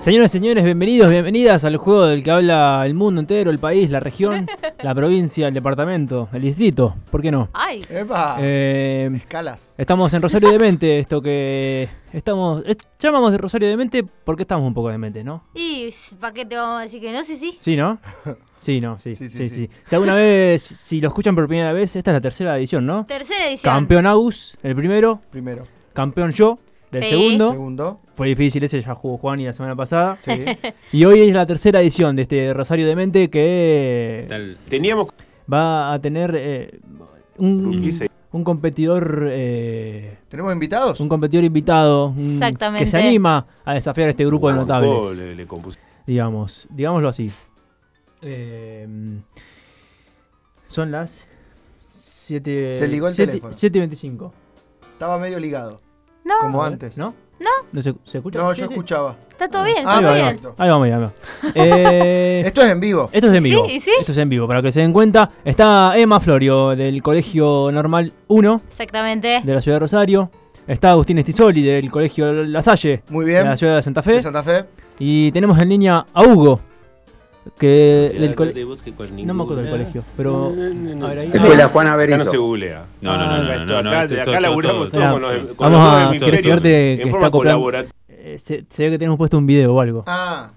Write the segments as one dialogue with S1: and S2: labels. S1: Señoras y señores, bienvenidos, bienvenidas al juego del que habla el mundo entero, el país, la región, la provincia, el departamento, el distrito, ¿por qué no?
S2: Ay,
S3: ¡Epa!
S1: Eh,
S3: Escalas.
S1: estamos en Rosario de Mente, esto que estamos, es- llamamos de Rosario de Mente porque estamos un poco de mente, ¿no?
S2: y ¿para qué te vamos a decir que no? Sí, sí.
S1: Sí, ¿no? Sí, no, sí, sí,
S3: Sí,
S1: sí.
S3: sí, sí.
S1: Si alguna vez, si lo escuchan por primera vez, esta es la tercera edición, ¿no?
S2: Tercera edición.
S1: Campeón Agus, el primero,
S3: Primero.
S1: campeón yo, del
S2: Sí.
S1: segundo.
S3: Segundo.
S1: Fue difícil ese, ya jugó Juan y la semana pasada.
S3: Sí.
S1: Y hoy es la tercera edición de este Rosario de Mente que
S4: Teníamos
S1: va a tener eh, un,
S4: Ulises.
S1: un competidor eh,
S3: ¿Tenemos invitados?
S1: un competidor invitado un-
S2: Exactamente.
S1: que se anima a desafiar a este grupo de
S4: Jugó,
S1: notables,
S4: le- le compuso.
S1: digamos, digámoslo así. Eh, son las 7
S3: Se ligó el teléfono.
S1: 7.25,
S3: Estaba medio ligado,
S2: No,
S3: como antes.
S1: Ah, ¿no? ¿No? se, se escucha?
S3: No,
S1: Sí,
S3: yo
S1: sí.
S3: escuchaba.
S2: está todo bien, está
S3: Ah,
S1: Ahí va,
S2: todo
S3: bueno.
S1: ahí
S2: bien.
S1: va, ahí vamos, ahí vamos. Eh,
S3: Esto es en vivo.
S1: Esto es en
S2: Sí,
S1: vivo.
S2: sí.
S1: Esto es en vivo, para que se den cuenta. Está Emma Florio del Colegio Normal 1
S2: Exactamente.
S1: de la ciudad de Rosario. Está Agustín Estizoli del Colegio La Salle
S3: Muy
S1: de
S3: bien.
S1: la ciudad de Santa
S3: De
S1: Fe.
S3: Santa Fe.
S1: Y tenemos en línea a Hugo, que del
S4: Cuidado,
S1: cole-
S4: te busque con
S1: No me acuerdo del
S4: ninguna.
S1: colegio, pero.
S4: No, no, no,
S1: A ver, ahí-
S4: no.
S1: Escuela
S5: Juana
S4: Acá no se googlea.
S6: No, no, no,
S1: Ah,
S6: no,
S4: Acá-
S6: no, no,
S4: acá
S6: esto es
S4: acá
S6: todo-
S4: laburamos
S6: todo-
S4: todos
S1: todo.
S4: con los,
S6: Espera,
S4: con
S1: vamos
S4: los dos
S1: a-
S4: hemisferios
S1: ¿querés fijarte que
S4: en
S1: está
S4: forma
S1: acoplando?
S4: colaborativa.
S1: eh, se, se ve que tenemos puesto un video o algo.
S3: Ah,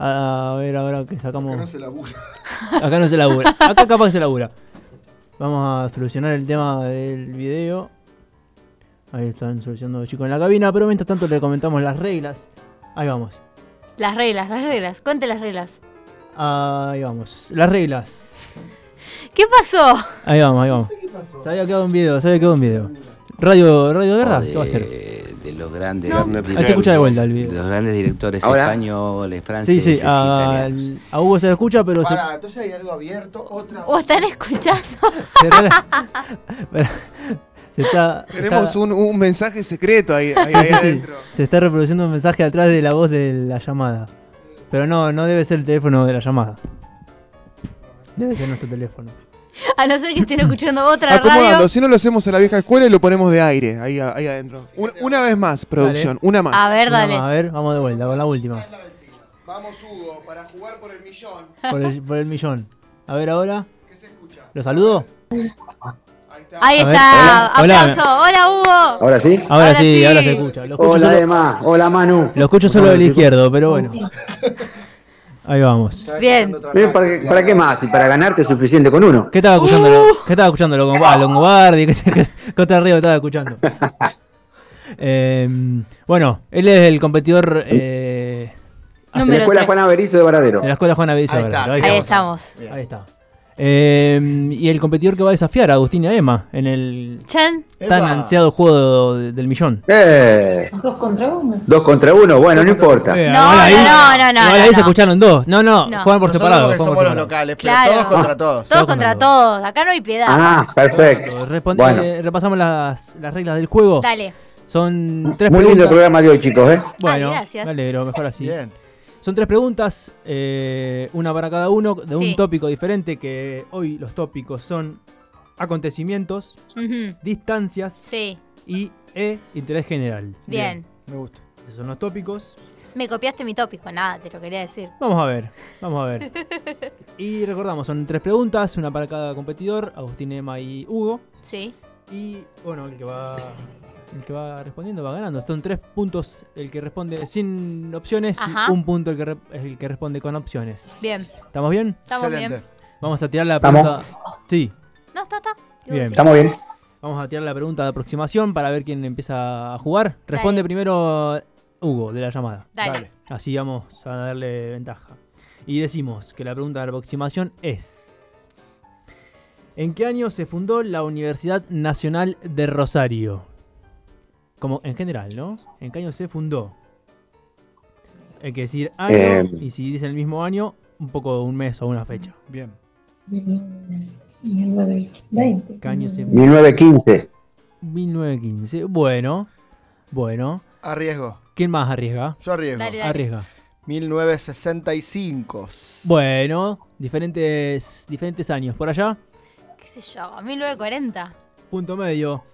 S1: A ver, ahora que sacamos.
S3: que no se labura.
S1: Acá no se labura. Acá capaz que se labura. Vamos a solucionar el tema del video. Ahí están solucionando los chicos en la cabina, pero mientras tanto le comentamos las reglas. Ahí vamos.
S2: Las reglas, las reglas. Cuente las reglas.
S1: Ahí vamos. Las reglas.
S2: ¿Qué pasó?
S1: Ahí vamos, ahí vamos. Se había quedado un video, se había quedado un video. Radio, radio Guerra, Ah, ¿qué va a hacer?
S7: De, de los grandes,
S2: No.
S7: de-
S1: Ahí se escucha de vuelta el
S7: de
S1: video.
S7: los grandes directores
S5: ¿Ahora?
S7: españoles,
S1: Sí,
S7: franceses,
S1: sí, a,
S7: italianos.
S1: a Hugo se lo escucha, pero se,
S3: Pará, entonces hay algo abierto, otra.
S2: ¿O están escuchando?
S1: se, re- se está, se
S8: Tenemos
S1: está-
S8: un, un mensaje secreto ahí, ahí- ahí
S1: sí, sí.
S8: adentro.
S1: se está reproduciendo un mensaje atrás de la voz de la llamada. Pero no, no debe ser el teléfono de la llamada. Debe ser nuestro teléfono.
S2: A no ser que estén escuchando otra radio.
S8: Acomodalo, si no lo hacemos a la vieja escuela y lo ponemos de aire, ahí, a- ahí adentro. Un- una vez más, producción, una más.
S2: A ver,
S1: Una
S2: dale.
S1: más, a ver, vamos de vuelta con la última.
S8: Vamos Hugo, para jugar por el millón.
S1: Por el, por el millón. A ver ahora.
S8: ¿Qué se escucha?
S1: ¿Lo saludo?
S8: Ahí está.
S2: Ahí
S1: A ver.
S2: está.
S1: Hola.
S2: Aplauso. Hola, Hugo.
S5: ¿Ahora sí?
S1: Ahora,
S2: Ahora
S1: sí,
S2: sí.
S1: ahora se escucha. Ah, Lo escucho,
S5: Hola,
S1: solo,
S5: Emma. Hola, Manu.
S1: lo escucho solo del izquierdo, pero bueno. Ahí vamos.
S3: Estaba
S2: Bien.
S3: escuchando otra
S5: Ven, ¿para, qué-
S3: radio.
S5: para qué más? Y para ganarte es suficiente con uno.
S1: ¿Qué estaba escuchando?
S2: Uh.
S1: ¿Qué estaba escuchando? ¿Longo- ah, Longobardi? ¿Qué, qué, qué otra radio estaba escuchando? Eh, bueno, él es el competidor eh,
S5: En
S2: Número
S5: la escuela
S2: tres.
S5: Juana Berizo de Varadero.
S1: de la escuela Juana Belliza.
S3: Ahí está,
S1: Bravo,
S2: Ahí
S1: vamos.
S2: estamos.
S3: Bien.
S1: Ahí está. Eh, y el competidor que va a desafiar a Agustín y a Emma en el
S2: Chan.
S1: tan
S3: Epa.
S1: ansiado juego de- del millón.
S5: Eh,
S9: Dos contra uno.
S5: dos contra uno. Bueno, no importa.
S1: Eh,
S2: No,
S1: igual
S2: no,
S1: ahí-
S2: no, no, no,
S1: igual ahí se
S2: no, no.
S1: escucharon dos. No, no,
S2: No.
S1: juegan por
S3: Nosotros
S1: separado.
S3: porque
S1: juegan
S3: somos
S1: por
S3: los
S1: separado.
S3: locales, pero
S2: Claro.
S3: todos contra todos.
S2: Todos
S1: con
S2: contra
S1: algo.
S2: todos. Acá no hay piedad.
S5: Ah, perfecto.
S1: Respon-
S5: Bueno.
S1: eh, repasamos las, las reglas del juego.
S2: Dale.
S1: Son tres
S5: Muy lindo
S1: preguntas.
S5: el programa de hoy, chicos. ¿eh?
S1: Bueno,
S2: Ay, gracias.
S1: me alegro, mejor así.
S3: Bien.
S1: Son tres preguntas, eh, una para cada uno, de un
S2: Sí.
S1: tópico diferente, que hoy los tópicos son acontecimientos,
S2: Ujú.
S1: distancias
S2: Sí.
S1: y e interés general.
S2: Bien.
S3: Me gusta.
S1: Esos son los tópicos.
S2: Me copiaste mi tópico. Nada, te lo quería decir.
S1: Vamos a ver, vamos a ver. y recordamos, son tres preguntas, una para cada competidor, Agustín, Emma y Hugo.
S2: Sí.
S1: Y bueno, el que va. El que va respondiendo va ganando. Son tres puntos el que responde sin opciones y
S2: Ajá.
S1: un punto el que, re- el que responde con opciones.
S2: Bien.
S1: ¿Estamos bien?
S2: Estamos bien.
S3: Excelente.
S1: Vamos a tirar la
S5: Vamos.
S1: pregunta. Sí,
S2: No, está, está. Digo,
S1: Bien.
S2: sí.
S5: ¿Estamos bien?
S1: vamos a tirar la pregunta de aproximación para ver quién empieza a jugar. Responde primero Hugo de la llamada.
S2: Dale.
S3: Dale.
S1: Así vamos a darle ventaja. Y decimos que la pregunta de aproximación es: ¿En qué año se fundó la Universidad Nacional de Rosario? Como en general, ¿no? ¿En qué año se fundó? Hay que decir año,
S5: Eh.
S1: y si dicen el mismo año, un poco un mes o una fecha.
S3: Bien.
S9: 1920.
S1: ¿Qué año se
S5: 1915.
S1: 1915. Bueno, bueno.
S3: Arriesgo.
S1: ¿Quién más arriesga?
S3: Yo arriesgo.
S2: Dale, dale.
S1: Arriesga.
S3: 1965.
S1: Bueno, diferentes, diferentes años. Por allá,
S2: ¿Qué sé yo? 1940.
S1: punto medio.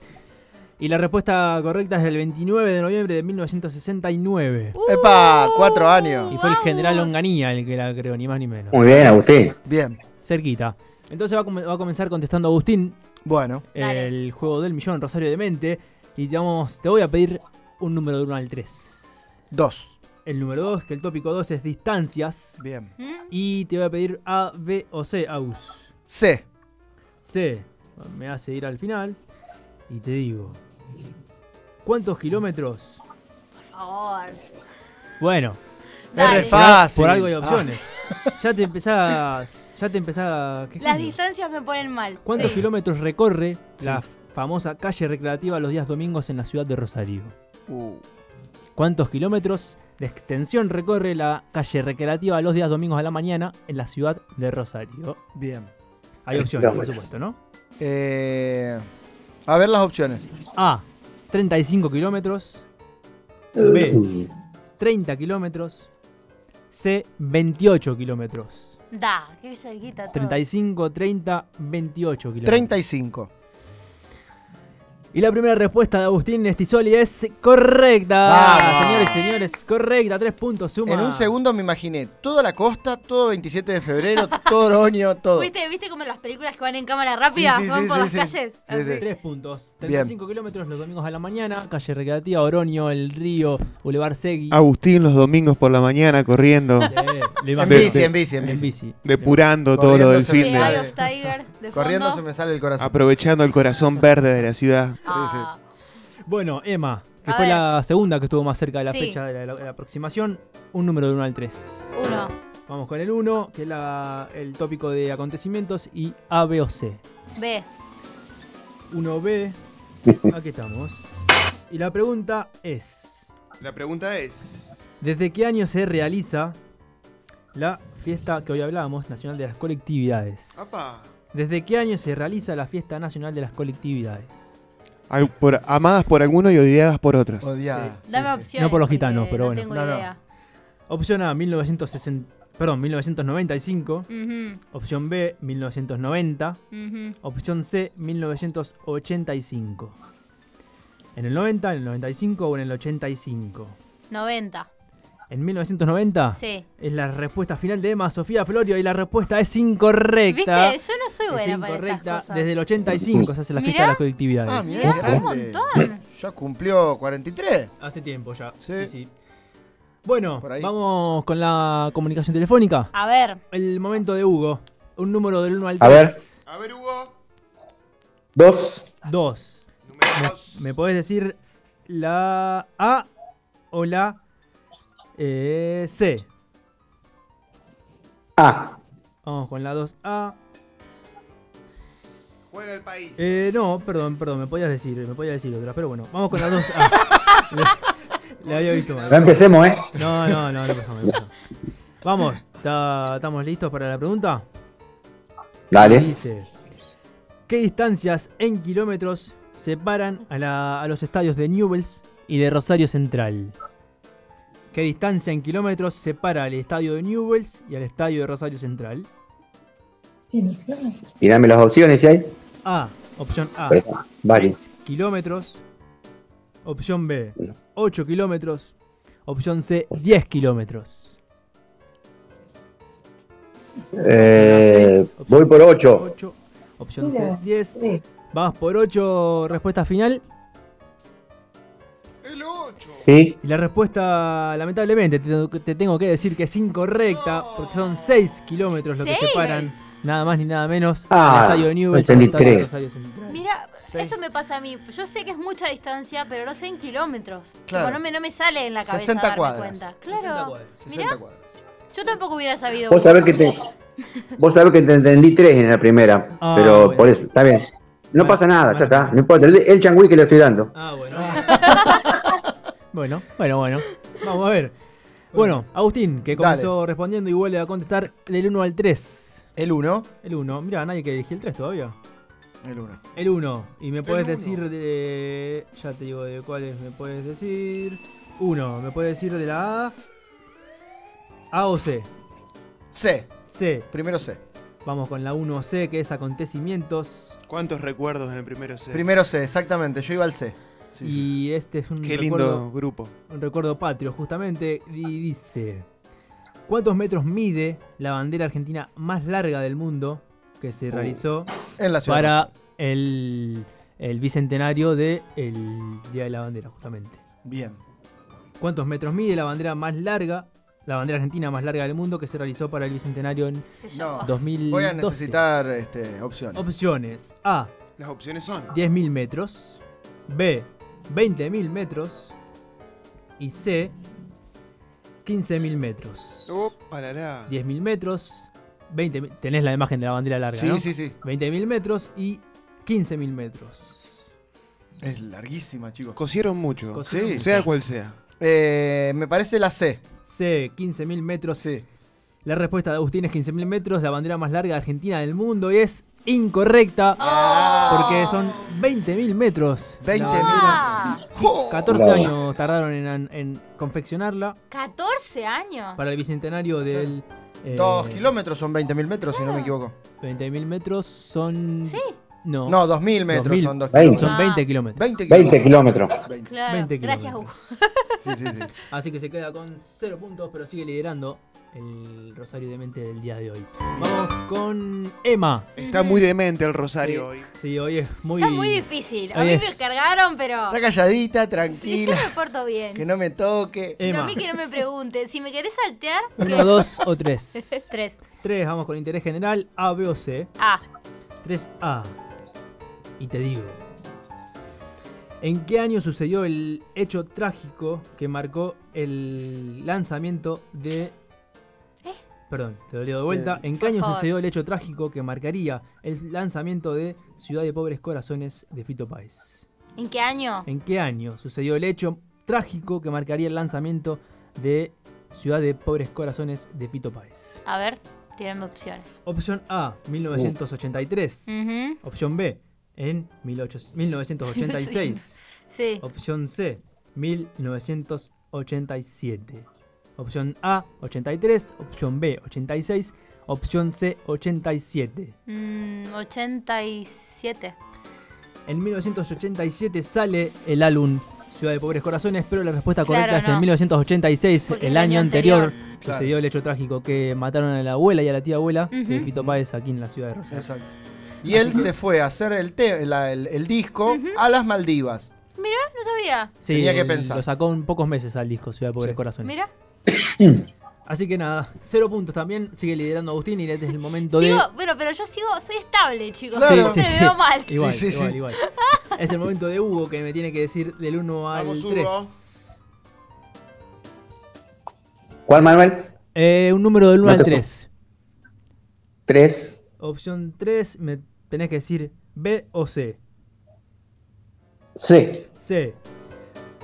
S1: Y la respuesta correcta es el 29 de noviembre de 1969.
S3: ¡Epa! Cuatro años.
S1: Y fue el
S2: Uh, Vamos.
S1: general Onganía el que la creó, ni más ni menos.
S5: Muy bien, Agustín.
S3: Bien.
S1: Cerquita. Entonces va a, come- va a comenzar contestando Agustín
S3: Bueno.
S2: Dale.
S1: el juego del millón, Rosario de Mente. Y te, vamos- te voy a pedir un número de 1 al 3.
S3: Dos.
S1: El número 2, que el tópico 2 es distancias.
S3: Bien.
S2: ¿Mm?
S1: Y te voy a pedir A, B o C, Agus.
S3: C.
S1: C. Me hace ir al final. Y te digo. ¿Cuántos kilómetros?
S2: Por favor.
S1: Bueno,
S2: Dale.
S3: Es re fácil.
S1: por algo hay
S3: Ah,
S1: opciones. Ya te empezás. Ya te empezás. ¿qué
S2: Las
S1: ejemplo?
S2: distancias me ponen mal.
S1: ¿Cuántos
S2: Sí.
S1: kilómetros recorre la famosa calle recreativa los días domingos en la ciudad de Rosario?
S3: uh,
S1: ¿Cuántos kilómetros de extensión recorre la calle recreativa los días domingos a la mañana en la ciudad de Rosario?
S3: bien.
S1: Hay
S5: El
S1: opciones, por
S5: kilómetro.
S1: supuesto, ¿no?
S3: Eh, a ver las opciones.
S1: A. 35 kilómetros. B. 30 kilómetros. C. 28 kilómetros.
S2: Da, qué cerquita. todo.
S1: 35, 30, 28 kilómetros.
S3: 35.
S1: Y la primera respuesta de Agustín Estisoli es correcta.
S3: Vamos.
S1: Señores, señores, correcta. Tres puntos suma.
S3: En un segundo me imaginé toda la costa, todo 27 de febrero, todo Oroño, todo.
S2: ¿Viste, ¿Viste como en las películas que van en cámara rápida?
S3: Sí, sí,
S2: van
S3: sí,
S2: por
S3: sí,
S2: las
S3: sí.
S2: calles.
S3: Sí,
S2: Así.
S3: sí.
S1: Tres puntos.
S3: Bien.
S1: 35 kilómetros los domingos a la mañana. Calle Recreativa, Oroño, El Río, Boulevard Segui.
S8: Agustín los domingos por la mañana corriendo,
S1: Sí, lo
S3: En
S1: imagino.
S3: bici, en bici, en
S1: En
S3: bici.
S1: bici.
S8: depurando todo lo del
S3: Corriéndose
S8: fin,
S2: The
S3: me
S2: Eye
S3: sale.
S2: of Tiger de
S3: Corriendo se
S2: fondo.
S3: me sale el corazón.
S8: aprovechando el corazón verde de la ciudad.
S2: Ah,
S1: Bueno, Emma, que
S2: A
S1: fue
S2: ver.
S1: la segunda que estuvo más cerca de la
S2: Sí.
S1: fecha de la, de la aproximación, un número de 1 al 3.
S2: Uno.
S1: Vamos con el 1, que es la- el tópico de acontecimientos, y A, B o C.
S2: B.
S1: 1B, aquí estamos. Y la pregunta es,
S8: La pregunta es...
S1: ¿desde qué año se realiza la fiesta que hoy hablábamos, Nacional de las Colectividades? ¿Desde qué año se realiza la fiesta nacional de las colectividades?
S8: Al- por- amadas por algunos y odiadas por otros.
S3: Odiada. Sí,
S2: Dame
S3: sí.
S2: opciones.
S1: No por los
S2: porque
S1: gitanos, pero bueno.
S2: No tengo
S3: No, no.
S2: idea.
S1: Opción A, 1960, perdón, 1995.
S2: Ujú,
S1: Opción B, 1990.
S2: ujú.
S1: Opción C, 1985. En el 90, en el 95 o en el 85.
S2: 90.
S1: En 1990
S2: Sí.
S1: es la respuesta final de Emma Sofía Florio y la respuesta es incorrecta.
S2: ¿Viste? Yo no soy
S1: es
S2: buena para estas
S1: incorrecta.
S2: cosas.
S1: Desde el 85 se hace la fiesta
S2: Mirá.
S1: de las colectividades.
S3: Ah, mirá,
S2: Mirá,
S3: grande.
S2: un montón.
S3: Ya cumplió 43.
S1: Hace tiempo ya.
S3: Sí.
S1: Sí, sí. Bueno,
S3: Por ahí.
S1: vamos con la comunicación telefónica.
S2: A ver.
S1: El momento de Hugo. Un número del 1 al 3.
S5: A ver.
S8: A ver, Hugo.
S5: Dos.
S1: 2. ¿Me podés decir la A o la eh, C?
S5: A.
S1: Vamos con la 2A.
S8: Juega el país.
S1: Eh, no, perdón, perdón, me podías decir, me podías decir otra, pero bueno, vamos con la 2A. la, la había visto
S5: No
S1: mal.
S5: empecemos, ¿eh?
S1: No, no, no, no pasó, no pasó. Vamos, ¿ta- ¿estamos listos para la pregunta?
S5: Dale.
S1: Dice, ¿qué distancias en kilómetros separan a, la- a los estadios de Newells y de Rosario Central? ¿Qué distancia en kilómetros separa al estadio de Newells y al estadio de Rosario Central?
S9: Tiene flores.
S5: Tirame las opciones si hay.
S1: A, opción A,
S5: Por eso, varios.
S1: 6 kilómetros. Opción B, 8 kilómetros. Opción C, 10 kilómetros.
S5: Eh,
S1: Seis, opción
S5: voy por ocho.
S1: Ocho, opción C,
S9: Mira.
S1: 10.
S9: Tres.
S1: Vas por 8, respuesta final.
S5: ¿Sí?
S1: Y la respuesta, lamentablemente, te, tengo que- te tengo que decir que es incorrecta, porque son 6 kilómetros lo que
S2: ¿Seis?
S1: separan, nada más ni nada menos,
S5: Ah,
S1: al estadio de Newell's
S5: entendí
S1: al estadio de
S5: tres.
S1: Rosario Central.
S2: Mira,
S3: Sí.
S2: eso me pasa a mí. Yo sé que es mucha distancia, pero no sé en kilómetros.
S3: Claro.
S2: Como no me, no me sale en la cabeza
S3: 60
S2: darme
S3: cuadras.
S2: cuenta.
S1: 60
S2: Claro.
S1: cuadras.
S3: 60 cuadros.
S2: Yo tampoco hubiera sabido.
S5: Vos sabés que te. Vos sabés que te entendí tres en la primera.
S1: Ah,
S5: pero
S1: bueno.
S5: por eso, está bien. No
S1: Bueno,
S5: pasa nada,
S1: bueno.
S5: ya está. No importa. El, el changüí que le estoy dando.
S1: Ah, bueno.
S5: Ah.
S1: bueno, bueno, bueno. Vamos a ver. Bueno, Agustín, que
S3: Dale.
S1: comenzó respondiendo y vuelve a contestar del 1 al 3.
S3: El 1.
S1: El 1, mira, nadie que eligió el 3 todavía.
S3: El 1.
S1: El 1, y me puedes
S8: uno.
S1: decir de. Ya te digo de cuáles me puedes decir. 1, me puedes decir de la A. A o C.
S3: C.
S1: C.
S3: Primero C.
S1: Vamos con la 1C, que es acontecimientos.
S8: ¿Cuántos recuerdos en el primero C?
S3: Primero C, exactamente. Yo iba al C. Sí,
S1: y
S3: sí.
S1: este es un
S8: Qué
S1: recuerdo-
S8: lindo grupo.
S1: un recuerdo patrio, justamente, y dice: ¿Cuántos metros mide la bandera argentina más larga del mundo que se realizó
S3: En la ciudad.
S1: para el, el bicentenario del Día de la Bandera, justamente?
S3: Bien.
S1: ¿Cuántos metros mide la bandera más larga, la bandera argentina más larga del mundo que se realizó para el bicentenario en
S2: Se
S3: No.
S2: llama.
S1: 2012?
S3: Oh. Voy a necesitar este, opciones.
S1: Opciones: A.
S8: Las opciones son.
S1: 10.000 metros, B, 20.000 metros y C, 15.000 metros.
S8: Opa, la, la.
S1: 10.000 metros, 20.000, tenés la imagen de la bandera larga,
S3: Sí,
S1: ¿no?
S3: sí, sí.
S1: 20.000 metros y 15.000 metros.
S3: Es larguísima, chicos.
S8: Cosieron mucho.
S1: Cosieron
S3: mucho.
S8: Sea cual sea.
S3: Eh, me parece la C.
S1: C, 15.000 metros.
S3: Sí.
S1: La respuesta de Agustín es 15.000 metros, la bandera más larga de Argentina del mundo y es incorrecta
S2: Ah,
S3: Ah.
S1: porque son 20.000 metros.
S3: 20.000.
S2: Ah,
S1: 14
S5: Bravo.
S1: años tardaron en- en confeccionarla.
S2: 14 años.
S1: para el bicentenario del. eh,
S3: Dos kilómetros son 20.000 metros, si no me equivoco.
S1: 20.000 metros son.
S2: Sí,
S1: No,
S3: No, 2.000 metros
S1: 2000.
S3: son dos
S5: Veinte.
S1: son
S2: Ah.
S3: kilómetros.
S1: 20 kilómetros.
S3: 20
S5: 20 kilómetros.
S3: Veinte.
S2: claro.
S1: 20
S2: Gracias, Hugo.
S1: kilómetros.
S3: Sí, sí, sí.
S1: Así que se queda con 0 puntos, pero sigue liderando el Rosario de Mente del día de hoy. Vamos con Emma.
S8: Está muy demente el Rosario hoy.
S1: Sí, hoy es muy.
S2: Está muy difícil. A
S1: Ahí
S2: mí me
S1: es.
S2: cargaron, pero.
S3: Está calladita,
S2: Si yo
S3: tranquila.
S2: me porto bien.
S3: Que no me toque.
S2: No, a
S1: Emma.
S2: mí que no me pregunte. Si me querés saltear, ¿qué?
S1: 1, 2 o 3.
S2: 3.
S1: 3, vamos con interés general, A, B o C.
S2: Ah,
S1: 3A. Y te digo. ¿En qué año sucedió el hecho trágico que marcó el lanzamiento de. Perdón, te lo leo de vuelta. ¿En qué
S2: ¿Eh? Por
S1: año
S2: favor.
S1: sucedió el hecho trágico que marcaría el lanzamiento de Ciudad de Pobres Corazones de Fito Páez?
S2: ¿en qué año?
S1: ¿En qué año sucedió el hecho trágico que marcaría el lanzamiento de Ciudad de Pobres Corazones de Fito Páez?
S2: A ver, tirame opciones.
S1: Opción A,
S2: Uh.
S1: 1983.
S2: Ujú,
S1: Opción B, en 18- 1986.
S2: Sí.
S1: Opción C, 1987. Opción A, 83. Opción B, 86. Opción C, 87.
S2: Mm, 87.
S1: En 1987 sale el álbum Ciudad de Pobres Corazones, pero la respuesta correcta
S2: Claro,
S1: es
S2: no.
S1: en 1986,
S2: Porque
S1: el año anterior.
S3: Claro.
S1: Sucedió el hecho trágico que mataron a la abuela y a la tía abuela de
S2: Ujú.
S1: Fito Páez aquí en la ciudad de Rosario.
S3: Exacto. Y él se fue a hacer el, te- la- el, el disco a las Maldivas.
S2: Ah, No sabía.
S1: Sí,
S3: Tenía que
S1: el-
S3: pensar.
S1: Lo sacó en pocos meses al disco Ciudad de Pobres
S3: Sí.
S1: Corazones.
S2: Mira.
S1: Así que nada, cero puntos también. Sigue liderando Agustín y este es el momento de.
S2: Sigo, bueno, pero yo sigo, soy estable, chicos.
S3: Claro.
S2: Siempre
S1: Sí, sí,
S2: me
S1: sí.
S2: veo mal.
S1: Igual,
S3: Sí, sí,
S1: igual,
S3: sí.
S1: igual. Es el momento de Hugo que me tiene que decir del 1 al
S8: Vamos, Hugo.
S1: 3.
S5: ¿Cuál, Manuel?
S1: Eh, un número del 1
S5: No
S1: al
S5: te-
S1: 3.
S5: 3.
S1: Opción 3, me tenés que decir B o C.
S5: C.
S1: C.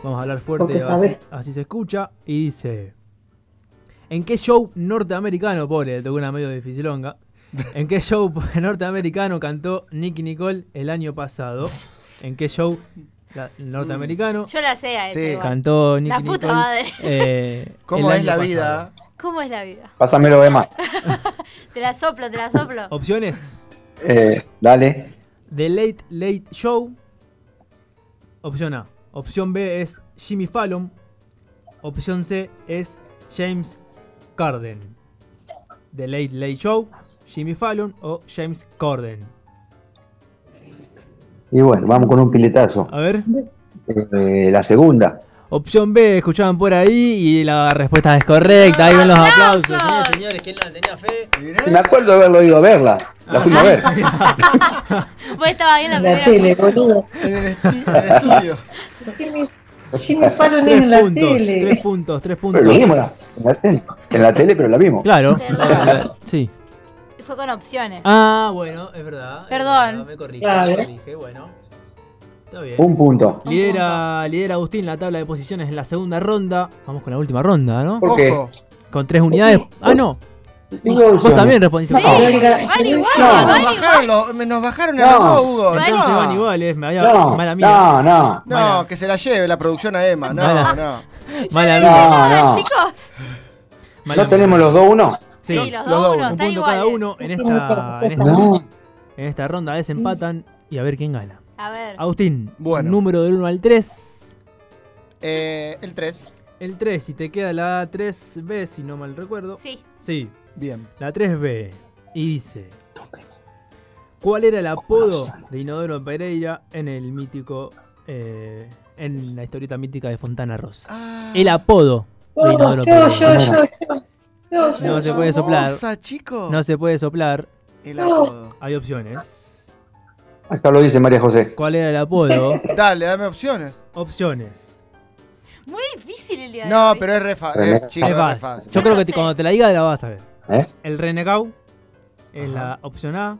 S1: Vamos a hablar fuerte,
S9: Porque
S1: así,
S9: sabes.
S1: así se escucha. Y dice: ¿En qué show norteamericano, pobre, le tocó una medio dificilonga? ¿En qué show norteamericano cantó Nicky Nicole el año pasado? ¿En qué show la- norteamericano
S2: Yo la sé a esa
S3: Sí.
S2: igual.
S1: cantó Nicky
S2: La puta
S1: Nicole?
S2: madre.
S1: eh,
S3: ¿Cómo
S1: el
S3: es la
S1: año
S3: vida?
S2: ¿Cómo es la vida?
S5: Pásamelo de más.
S2: Te la soplo, te la soplo.
S1: pasado? Opciones:
S5: Eh, dale.
S1: The Late Late Show. Opción A. Opción B es Jimmy Fallon. Opción C es James Corden. The Late Late Show, Jimmy Fallon o James Corden.
S5: Y bueno, vamos con un piletazo.
S1: A ver.
S5: Eh, la segunda.
S1: Opción B, escuchaban por ahí y la respuesta es correcta. Ahí ven los aplausos. Señores, señores, ¿quién no tenía fe?
S5: Me acuerdo de haberlo ido a verla. La fuimos a ver.
S1: Ah,
S2: Vos estabas ahí en la primera.
S9: La tele, boludo.
S3: En el, esti- en el estudio.
S9: Jimmy, Jimmy Fallon es
S1: Tres
S9: en la
S1: puntos, tres
S9: tele.
S1: puntos, tres
S5: Pero lo
S1: puntos.
S5: vimos en la- en la, tele- en la tele, pero la vimos.
S1: Claro.
S2: Perdón.
S1: Sí.
S2: Fue con opciones.
S1: Ah, bueno, es verdad. es
S2: Perdón.
S1: verdad, me corrige,
S9: Claro.
S1: me corrige, bueno. Está bien.
S5: ¿eh? Un punto.
S1: Lidera, lidera Agustín la tabla de posiciones en la segunda ronda. Vamos con la última ronda, ¿no?
S5: ¿Por qué?
S3: Ojo.
S1: Con tres unidades. Ah, no.
S5: Digo,
S1: Vos también respondiste.
S2: Sí,
S1: Ah,
S2: van igual,
S5: No.
S3: Nos
S2: van igual.
S3: bajaron, los- me- nos bajaron a
S5: No.
S3: los dos, Hugo.
S1: Entonces
S3: no.
S1: van iguales. Me había,
S5: No,
S1: mala mía.
S5: no, no.
S3: No,
S1: Mala.
S3: que se la lleve la producción a Emma. No,
S1: Mala.
S3: no.
S1: Mala
S5: no
S1: mía.
S2: Ah,
S5: no.
S2: chicos.
S1: mala mía.
S5: No tenemos los dos uno.
S2: Sí,
S1: Sí,
S2: los
S3: los
S2: dos,
S3: dos,
S2: uno,
S1: un
S2: están
S1: punto cada
S2: iguales.
S1: uno en esta, en esta,
S5: No.
S1: en esta ronda. Desempatan y a ver quién gana.
S2: A ver.
S1: Agustín,
S3: Bueno.
S1: número del 1 al 3.
S3: Eh, el 3.
S1: El 3, y te queda la 3B, si no mal recuerdo.
S2: Sí.
S1: Sí,
S3: Bien.
S1: la 3B. Y dice: ¿Cuál era el apodo de Inodoro Pereira en el mítico. eh, en la historieta mítica de Fontana Rosa?
S3: Ah,
S1: El apodo de
S9: No,
S1: Inodoro
S9: yo,
S1: Pereira.
S9: yo, yo, yo. Yo, yo.
S1: No se puede
S3: famosa,
S1: soplar.
S3: chico.
S1: No se puede soplar,
S3: El apodo.
S1: hay opciones.
S5: Acá lo dice María José.
S1: ¿Cuál era el apodo?
S3: Dale, dame opciones.
S1: Opciones.
S2: Muy difícil el día de
S3: No,
S2: hoy.
S3: pero es re fa-
S5: René.
S3: eh, chico,
S1: Es
S3: es re
S1: fácil. Yo creo
S3: fácil.
S1: que
S2: No
S1: te-
S2: sé.
S1: cuando te la diga la vas a ver.
S5: ¿Eh?
S1: El renegado es la opción A.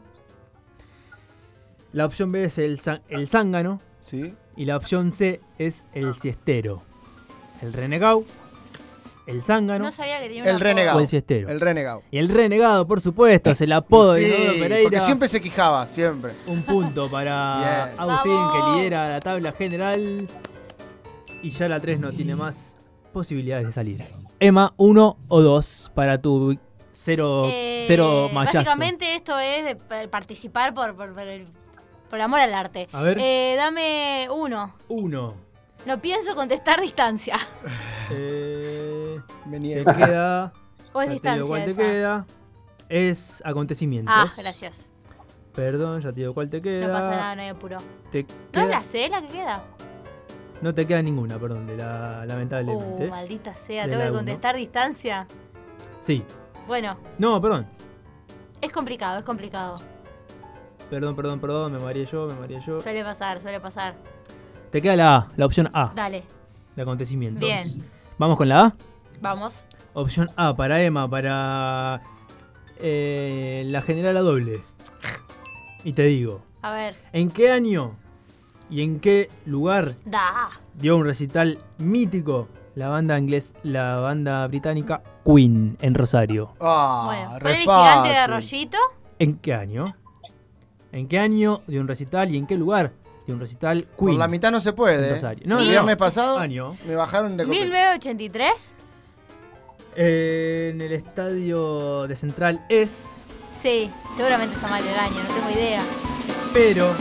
S1: La opción B es el, zan- el zángano.
S3: ¿Sí?
S1: Y la opción C es
S3: Ah.
S1: el siestero. El renegado, el zángano
S2: No sabía que tenía un
S3: El
S2: apodo.
S3: renegado.
S1: o el siestero.
S3: El renegado.
S1: Y el renegado, por supuesto, es el apodo
S3: Sí,
S1: de Inodoro
S3: porque
S1: Pereira.
S3: siempre se quijaba, siempre.
S1: Un punto para
S3: Bien.
S1: Agustín,
S2: ¡Vamos!
S1: que lidera la tabla general. Y ya la 3 no tiene más posibilidades de salir. Emma, 1 o 2 para tu 0
S2: Eh,
S1: Oh, machazo.
S2: Básicamente esto es de pa- participar por, por, por el- por amor al arte.
S1: A ver.
S2: Eh, dame uno.
S1: 1.
S2: No pienso contestar distancia.
S1: Eh,
S3: Me
S1: te
S3: niego.
S1: queda. ya
S2: O es
S1: te digo
S2: distancia.
S1: cuál te
S2: esa.
S1: queda. Es acontecimientos.
S2: Ah, gracias.
S1: Perdón, ya te digo cuál te queda.
S2: No pasa nada, no hay apuro. ¿No
S1: Te
S2: es
S1: queda-
S2: la C la que queda?
S1: no te queda ninguna, perdón, de la, lamentablemente.
S2: Uh, maldita sea,
S1: De
S2: tengo
S1: la
S2: que
S1: uno.
S2: contestar distancia.
S1: sí.
S2: Bueno,
S1: No, perdón.
S2: es complicado, es complicado.
S1: Perdón, perdón, perdón. Me mareé yo, me mareé yo.
S2: Suele pasar, suele pasar.
S1: Te queda la A, la opción A
S2: Dale,
S1: de acontecimientos.
S2: Bien.
S1: Vamos con la A.
S2: vamos.
S1: Opción A para Emma, para eh, la general a doble. Y te digo,
S2: A ver.
S1: ¿en qué año y en qué lugar
S2: Da.
S1: dio un recital mítico la banda inglés, la banda británica Queen en Rosario?
S3: Ah,
S2: bueno,
S3: re
S2: ¿fue el gigante de
S3: fácil.
S2: arroyito?
S1: ¿En qué año? ¿En qué año dio un recital y en qué lugar dio un recital Queen?
S3: Por la mitad no se puede.
S1: en
S3: eh.
S1: Rosario?
S3: el viernes pasado
S1: Año.
S3: me bajaron de copete.
S2: 1983?
S1: Eh, en el estadio de Central es
S2: Sí, seguramente está mal el año, no tengo idea.
S1: Pero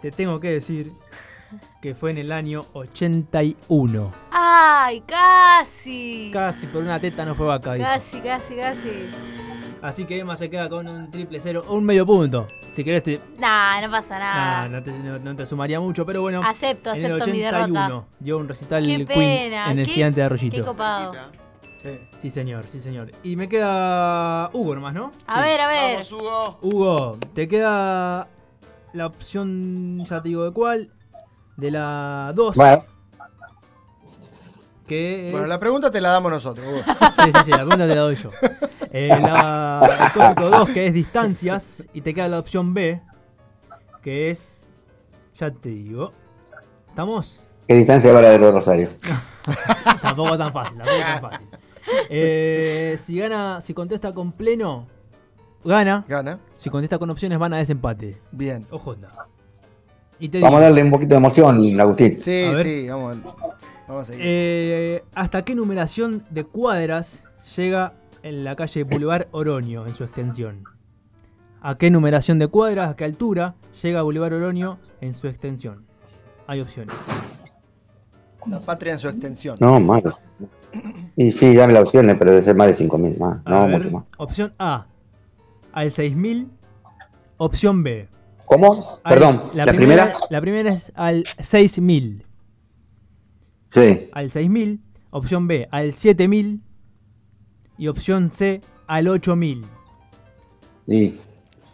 S1: te tengo que decir que fue en el año 81.
S2: ¡Ay, casi!
S1: Casi por una teta no fue vaca. dijo.
S2: Casi, casi, casi.
S1: Así que Emma se queda con un triple cero o un medio punto. Si querés, te,
S2: Nah, no pasa
S1: nah,
S2: nada.
S1: no, te, no- no te sumaría mucho, pero bueno.
S2: Acepto,
S1: en el
S2: acepto mi
S1: 81
S2: derrota.
S1: dio un recital
S2: Qué
S1: Queen
S2: pena,
S1: en el
S2: qué-
S1: gigante de
S2: Qué
S1: Arroyito.
S2: copado.
S3: Sí.
S1: Sí, señor, sí, señor. Y me queda Hugo nomás, ¿no?
S2: A ver, a ver.
S8: Vamos, Hugo.
S1: Hugo, te queda la opción, ya te digo de cuál, de la 2.
S5: Bueno,
S1: Que es...
S3: Bueno, la pregunta te la damos nosotros. Hugo.
S1: Sí, sí, sí, la pregunta te la doy yo. Eh, la- el tópico 2, que es distancias, y te queda la opción B, que es. Ya te digo. ¿Estamos?
S5: ¿qué distancia va la de Rosario?
S1: Tampoco tan fácil, tampoco tan fácil. Eh, si gana, si contesta con pleno, gana.
S3: Gana.
S1: Si contesta con opciones, van a desempate.
S3: Bien.
S1: Ojota. Y te digo,
S5: Vamos a darle un poquito de emoción, Agustín.
S3: Sí,
S1: A ver.
S3: sí, vamos a, vamos a seguir.
S1: eh, ¿hasta qué numeración de cuadras llega en la calle Boulevard Oroño en su extensión? ¿A qué numeración de cuadras, a qué altura llega Boulevard Oroño en su extensión? Hay opciones.
S3: La patria en su extensión.
S5: No, malo. Y sí, dame las opciones, pero debe ser más de 5.000 más.
S1: A
S5: No,
S1: ver,
S5: mucho más.
S1: opción A, al 6000. Opción B.
S5: ¿Cómo?
S1: al-
S5: Perdón, ¿la, primera?
S1: Ah, La primera es al 6000.
S5: Sí.
S1: Al 6000. Opción B, al 7000. Y opción C, al 8000.
S5: Y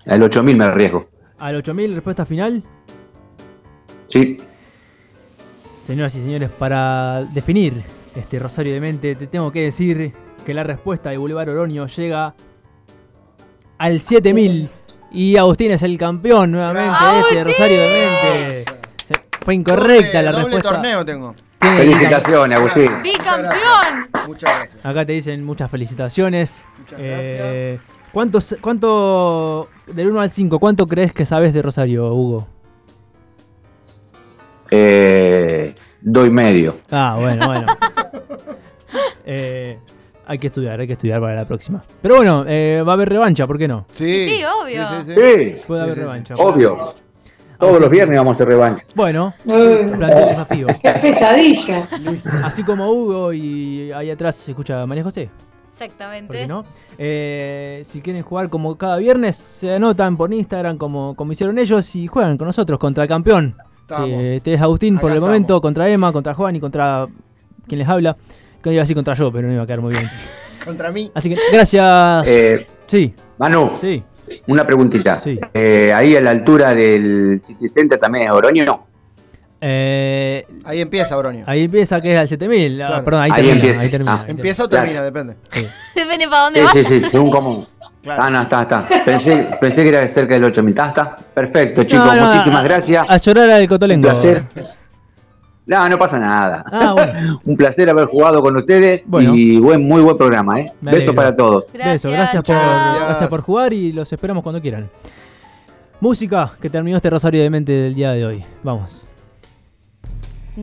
S5: el 8.000 me arriesgo.
S1: Al 8000, respuesta final.
S5: Sí.
S1: Señoras y señores, para definir este Rosario de Mente, te tengo que decir que la respuesta de Boulevard Oroño llega al 7000. Y Agustín es el campeón nuevamente de este Rosario de Mente. Se- Fue incorrecta
S3: Doble-
S1: la
S3: doble
S1: respuesta.
S3: torneo tengo.
S1: Tiene-
S5: Felicitaciones, Agustín.
S2: ¡Bicampeón!
S3: Muchas gracias.
S1: Acá te dicen muchas felicitaciones.
S3: Muchas
S1: Eh, ¿cuántos- ¿Cuánto, del 1 al 5, cuánto crees que sabes de Rosario, Hugo?
S5: Eh, doy medio.
S1: Ah, bueno, bueno. Eh, hay que estudiar, hay que estudiar para la próxima. Pero bueno, eh, va a haber revancha, ¿por qué no?
S3: Sí,
S2: Sí, obvio.
S3: Sí, sí, sí.
S5: Sí,
S1: Puede
S3: Sí,
S1: haber
S3: sí, sí.
S1: revancha.
S5: obvio. Todos los viernes vamos a hacer revancha.
S1: Bueno,
S9: Uy,
S1: plantea el desafío.
S9: ¡Qué pesadilla!
S1: Así como Hugo y ahí atrás se escucha a María José, ¿por qué
S2: Exactamente.
S1: no? Eh, si quieren jugar como cada viernes, se anotan por Instagram como, como hicieron ellos y juegan con nosotros contra el campeón.
S3: Estamos.
S1: que este es Agustín por
S3: Acá
S1: el momento,
S3: estamos.
S1: contra Emma, contra Juan y contra quien les habla. Que iba a decir contra yo, pero no iba a quedar muy bien.
S3: Contra mí.
S1: Así que gracias.
S5: Eh,
S1: sí,
S5: Manu,
S1: sí.
S5: una preguntita.
S1: Sí.
S5: Eh, ahí a la altura del City Center también es Oroño, no.
S1: Eh,
S3: Ahí empieza, Bronio.
S1: ahí empieza que es al 7000. Ah,
S3: Claro.
S1: perdón, ahí,
S5: Ahí
S1: termina,
S5: empieza.
S1: ahí termina.
S5: Ah.
S1: ahí termina.
S3: Empieza o
S5: Claro.
S3: termina, depende.
S2: Depende para dónde
S5: Sí,
S2: vas.
S5: sí, sí, según cómo.
S3: Claro.
S5: Ah, no, está, está. Pensé, pensé que era cerca del 8000. Está, está. Perfecto, chicos.
S1: No, no,
S5: Muchísimas
S1: a-
S5: gracias.
S1: A llorar al
S5: Un
S1: cotolengo.
S5: placer. No, no pasa nada.
S1: Ah, bueno.
S5: Un placer haber jugado con ustedes
S1: Bueno.
S5: y buen, muy buen programa, ¿eh?
S1: Me
S5: Besos
S1: alegro.
S5: para todos.
S1: Beso, gracias por,
S2: chao.
S3: Gracias.
S1: gracias por jugar y los esperamos cuando quieran. Música que terminó este Rosario de Mente del día de hoy. Vamos.